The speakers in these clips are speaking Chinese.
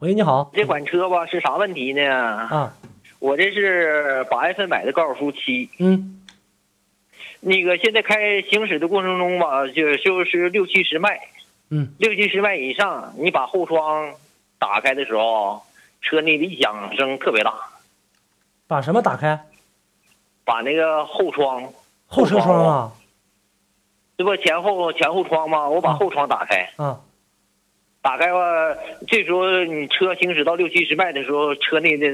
喂，你好这款车吧是啥问题呢？啊，我这是八月份买的高尔夫七，嗯那个现在开行驶的过程中吧，就就是六七十迈，嗯六七十迈以上，你把后窗打开的时候，车内的异响声特别大，把什么打开？把那个后窗，后车窗啊这不前后前后窗吗？我把啊后窗打开，啊打开吧，这时候你车行驶到六七十迈的时候，车内的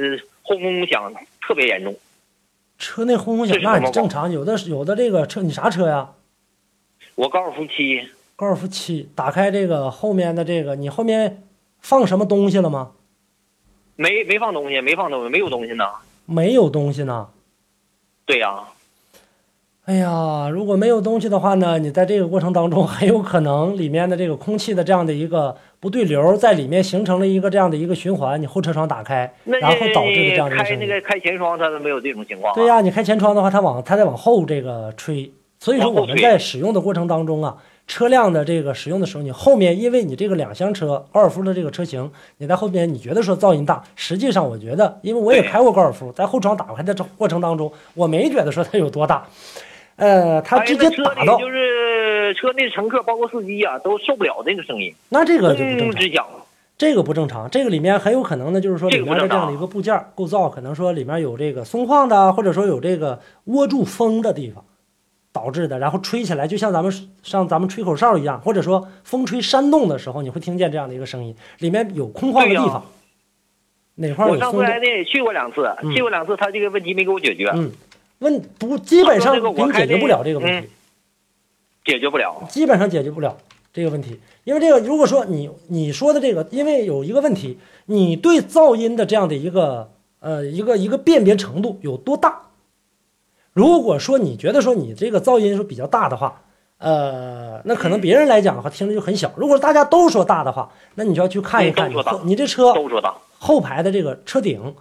轰轰响特别严重。车内轰轰响这，是那什么也狗正常。有的有的这个车，你啥车呀？我高尔夫七高尔夫七，打开这个后面的这个，你后面放什么东西了吗？没没放东西，没放东西，没有东西呢。没有东西呢。对呀、哎呀，如果没有东西的话呢，你在这个过程当中 很有可能里面的这个空气的这样的一个不对流，在里面形成了一个这样的一个循环，你后车窗打开，那然后导致的这样的一个开声那音。个开前窗，它都没有这种情况、啊。对呀、你开前窗的话，它往它在往后这个吹，所以说往后我们吹在使用的过程当中啊，车辆的这个使用的时候，你后面因为你这个两厢车高尔夫的这个车型，你在后面你觉得说噪音大，实际上我觉得，因为我也对开过高尔夫，在后窗打开的这过程当中，我没觉得说它有多大，呃，它哎，直那接车打里到、就是车内乘客包括司机啊，都受不了那个声音，那这个就呃不正轰常，直响。这个不正常，这个里面很有可能呢，就是说这里个面的不这正样常的一个部件儿构造，可能说里面有这个松旷的，啊或者说有这个窝住风的地方导致的，然后吹起来就像咱们像咱们吹口哨一样，或者说风吹山洞的时候，你会听见这样的一个声音，里面有空旷的对呀地方，哪块儿我有上松回来动，呢也去过两次，嗯去过两次，他这个问题没给我解决，嗯，问不基本上他说这个我给你开解决这不了这个问题。嗯解决不了。基本上解决不了这个问题，因为这个如果说你你说的这个，因为有一个问题，你对噪音的这样的一个呃一个一个辨别程度有多大？如果说你觉得说你这个噪音说比较大的话，呃，那可能别人来讲的话听着就很小。如果大家都说大的话，那你就要去看一嗯都看你说大后你这车都说大，后排的这个车顶，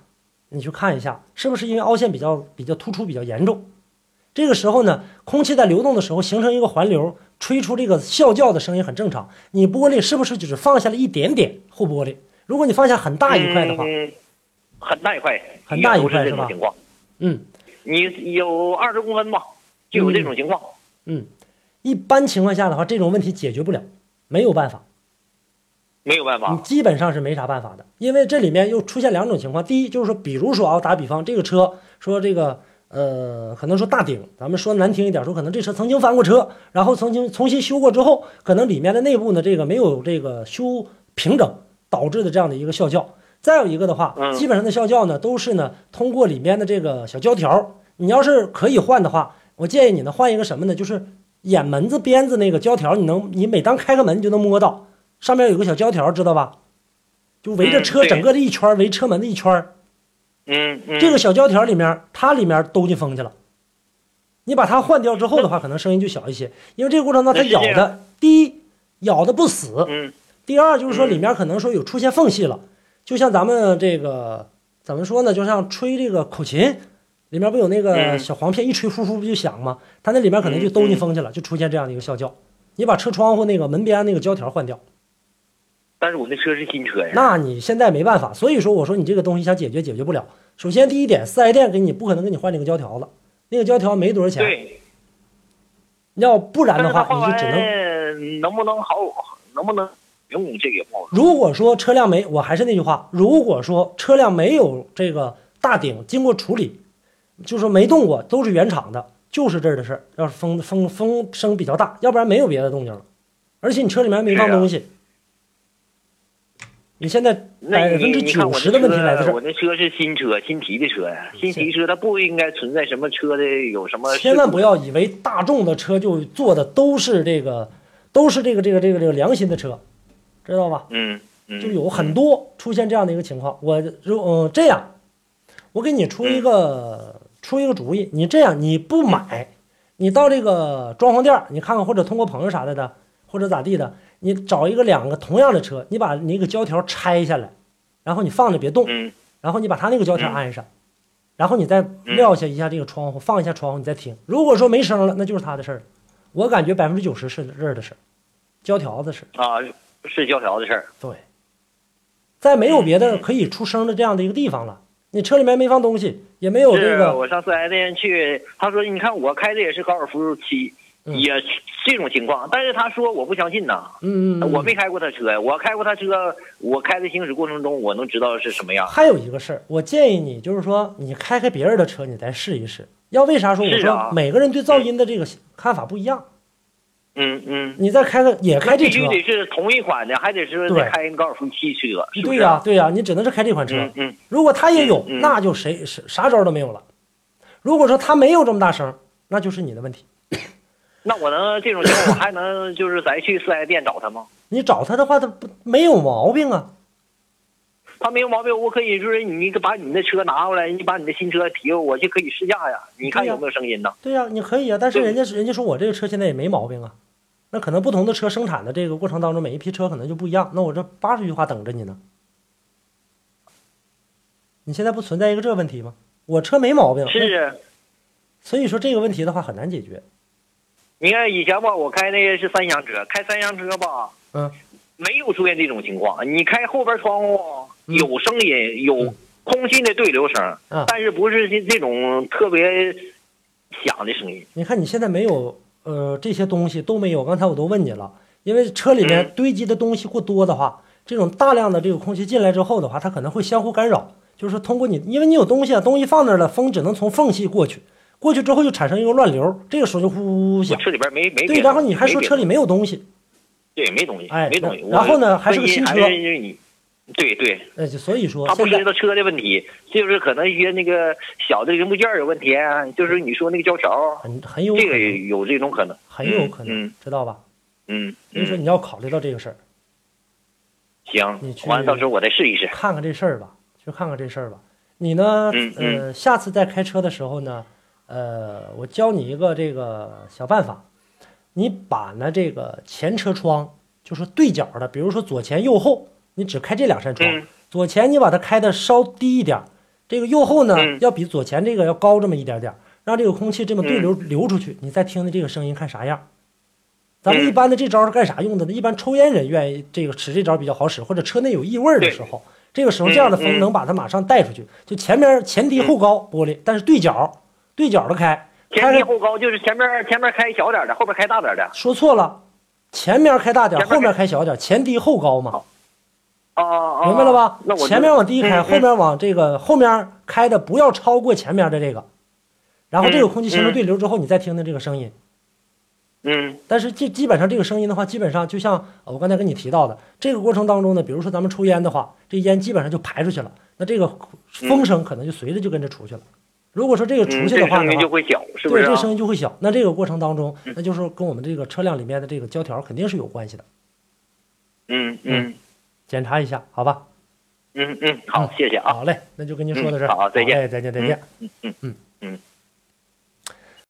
你去看一下，是不是因为凹陷比较比较突出比较严重？这个时候呢，空气在流动的时候形成一个环流，吹出这个啸叫的声音很正常。你玻璃是不是只放下了一点点后玻璃？如果你放下很大一块的话，嗯，很大一块，很大一块也都是这是吧种情况。嗯你有二十公分吧，就有这种情况。嗯，一般情况下的话，这种问题解决不了，没有办法。没有办你法，基本上是没啥办法的，因为这里面又出现两种情况，第一就是说，比如说啊，打比方，这个车说这个呃，可能说大顶，咱们说难听一点，说可能这车曾经翻过车，然后曾经重新修过之后，可能里面的内部呢这个没有这个修平整导致的这样的一个啸叫。再有一个的话，嗯基本上的啸叫呢都是呢通过里面的这个小胶条，你要是可以换的话，我建议你呢换一个什么呢，就是眼门子边子那个胶条，你能你每当开个门你就能摸到。上面有个小胶条，知道吧？就围着嗯车对整个的一圈儿，围车门的一圈儿。嗯嗯，这个小胶条里面，它里面兜进风去了。你把它换掉之后的话，可能声音就小一些，因为这个过程当中它嗯那是咬这样的，第一咬的不死，嗯第二就是说里嗯面可能说有出现缝隙了，就像咱们这个怎么说呢？就像吹这个口琴，里面不有那个嗯小簧片一吹呼呼不就响吗？它那里面可能就兜进风去了，就出现这样的一个啸叫。你把车窗户那个门边那个胶条换掉。但是我那车是新车呀。那你现在没办法，所以说我说你这个东西想解决解决不了。首先第一点，四 S 店给你不可能给你换那个胶条了，那个胶条没多少钱。对，要不然但的是他话，换你就只能。完哎能不能好，能不能用这个不好说。如果说车辆没，我还是那句话，如果说车辆没有这个大顶经过处理，就是没动过，都是原厂的，就是这儿的事儿。要是风风风声比较大，要不然没有别的动静了。而且你车里面没放是啊东西，你现在那百分你之你看九我十的这问题来自这车，儿我。那车是新车，新提的车呀，新提车它不应该存在什么车的有什么事故。千万不要以为大众的车就做的都是这个，都是这个这个这个这个良心的车，知道吧？嗯嗯，就有很多出现这样的一个情况。我如嗯这样，我给你出一个出一个主意，你这样你不买，你到这个装潢店儿你看看，或者通过朋友啥的的，或者咋地的，你找一个两个同样的车，你把你那个胶条拆下来，然后你放着别动，嗯然后你把它那个胶条安上，然后你再撂下一下这个窗户，嗯放一下窗户，你再听。如果说没声了，那就是他的事儿了。我感觉百分之九十是这儿的事儿，胶条的事儿。啊，是教条的事儿。对，在没有别的可以出声的这样的一个地方了，你车里面没放东西，也没有这是啊个，我上四 S 店去，他说你看我开的也是高尔夫七，嗯也这种情况，但是他说我不相信呐，嗯，嗯嗯啊我没开过他车，我开过他车，我开的行驶过程中我能知道是什么样。还有一个事儿，我建议你就是说，你开开别人的车，你再试一试。要为啥说我是啊说每个人对噪音的这个看法不一样，嗯嗯，你再开个也开这必车须，得是同一款的，还得是对开高尔夫七车，是不对是？啊呀、对呀、你只能是开这款车。嗯嗯如果他也有，嗯嗯那就谁是啥招都没有了。如果说他没有这么大声，那就是你的问题。 那我能这种情况，我还能就是咱去四 S 店找他吗？你找他的话，他不没有毛病啊。他没有毛病，我可以就是你把你的车拿过来，你把你的新车提给我，我就可以试驾呀。你看有没有声音呢？对呀、你可以啊，但是对人家是人家说我这个车现在也没毛病啊。那可能不同的车生产的这个过程当中，每一批车可能就不一样。那我这八十句话等着你呢。你现在不存在一个这问题吗？我车没毛病，那是，所以说这个问题的话很难解决。你看以前吧，我开那个是三厢车，开三厢车吧，嗯，没有出现这种情况。你开后边窗户嗯有声音，有嗯空气的对流声，嗯但是不是这这种特别响的声音？你看你现在没有，呃，这些东西都没有。刚才我都问你了，因为车里面嗯堆积的东西过多的话，这种大量的这个空气进来之后的话，它可能会相互干扰，就是说通过你，因为你有东西啊，东西放那儿了，风只能从缝隙过去，过去之后就产生一个乱流，这个时候就呼呼呼我响。车里边没没别对，的然后你还说没别的车里没有东西，对没东西，哎没东西。那然后呢我还是个婚姻新车还是你对对，呃，就所以说他不现涉及在到车的问题，就是可能一些那个小的零部件有问题啊，就是你说那个胶条，很很有可这个能，有这种可能，很有可能嗯，知道吧？嗯所以说嗯，你要考虑到这个事儿，你行，去完了到时候我再试一试。看看这事儿吧，去看看这事儿吧。你呢嗯？嗯呃，下次再开车的时候呢，呃，我教你一个这个小办法，你把呢这个前车窗，就是对角的，比如说左前右后，你只开这两扇窗嗯，左前你把它开的稍低一点儿，这个右后呢嗯要比左前这个要高这么一点点儿，让这个空气这么对流嗯流出去，你再听听这个声音看啥样。咱们嗯一般的这招是干啥用的呢？一般抽烟人愿意这个使这招比较好使，或者车内有异味儿的时候，这个时候这样的嗯风嗯能把它马上带出去。就前边前低后高玻璃，但是对角对角的开，前低开后高就是前面前面开小点的，后边开大点的。说错了，前面开大点儿，前面后面开小点儿，前低后高嘛，哦哦，哦明白了吧那我？就前面往低开，嗯嗯后面往这个后面开的不要超过前面的这个，然后这个空气形成对流之后，你再听听这个声音。嗯但是基基本上这个声音的话，基本上就像呃我刚才跟你提到的，这个过程当中呢，比如说咱们抽烟的话，这烟基本上就排出去了，那这个风声可能就随着就跟着出去了。如果说这个出去嗯，这的个话声呢音，就会嗯小，是不对是这啊？个声音就会小。那这个过程当中，那就是跟我们这个车辆里面的这个胶条肯定是有关系的。嗯嗯检查一下，好吧？嗯嗯，好，谢谢啊。好嘞，那就跟您说到这儿。嗯好再见哎，再见，再见。嗯嗯嗯。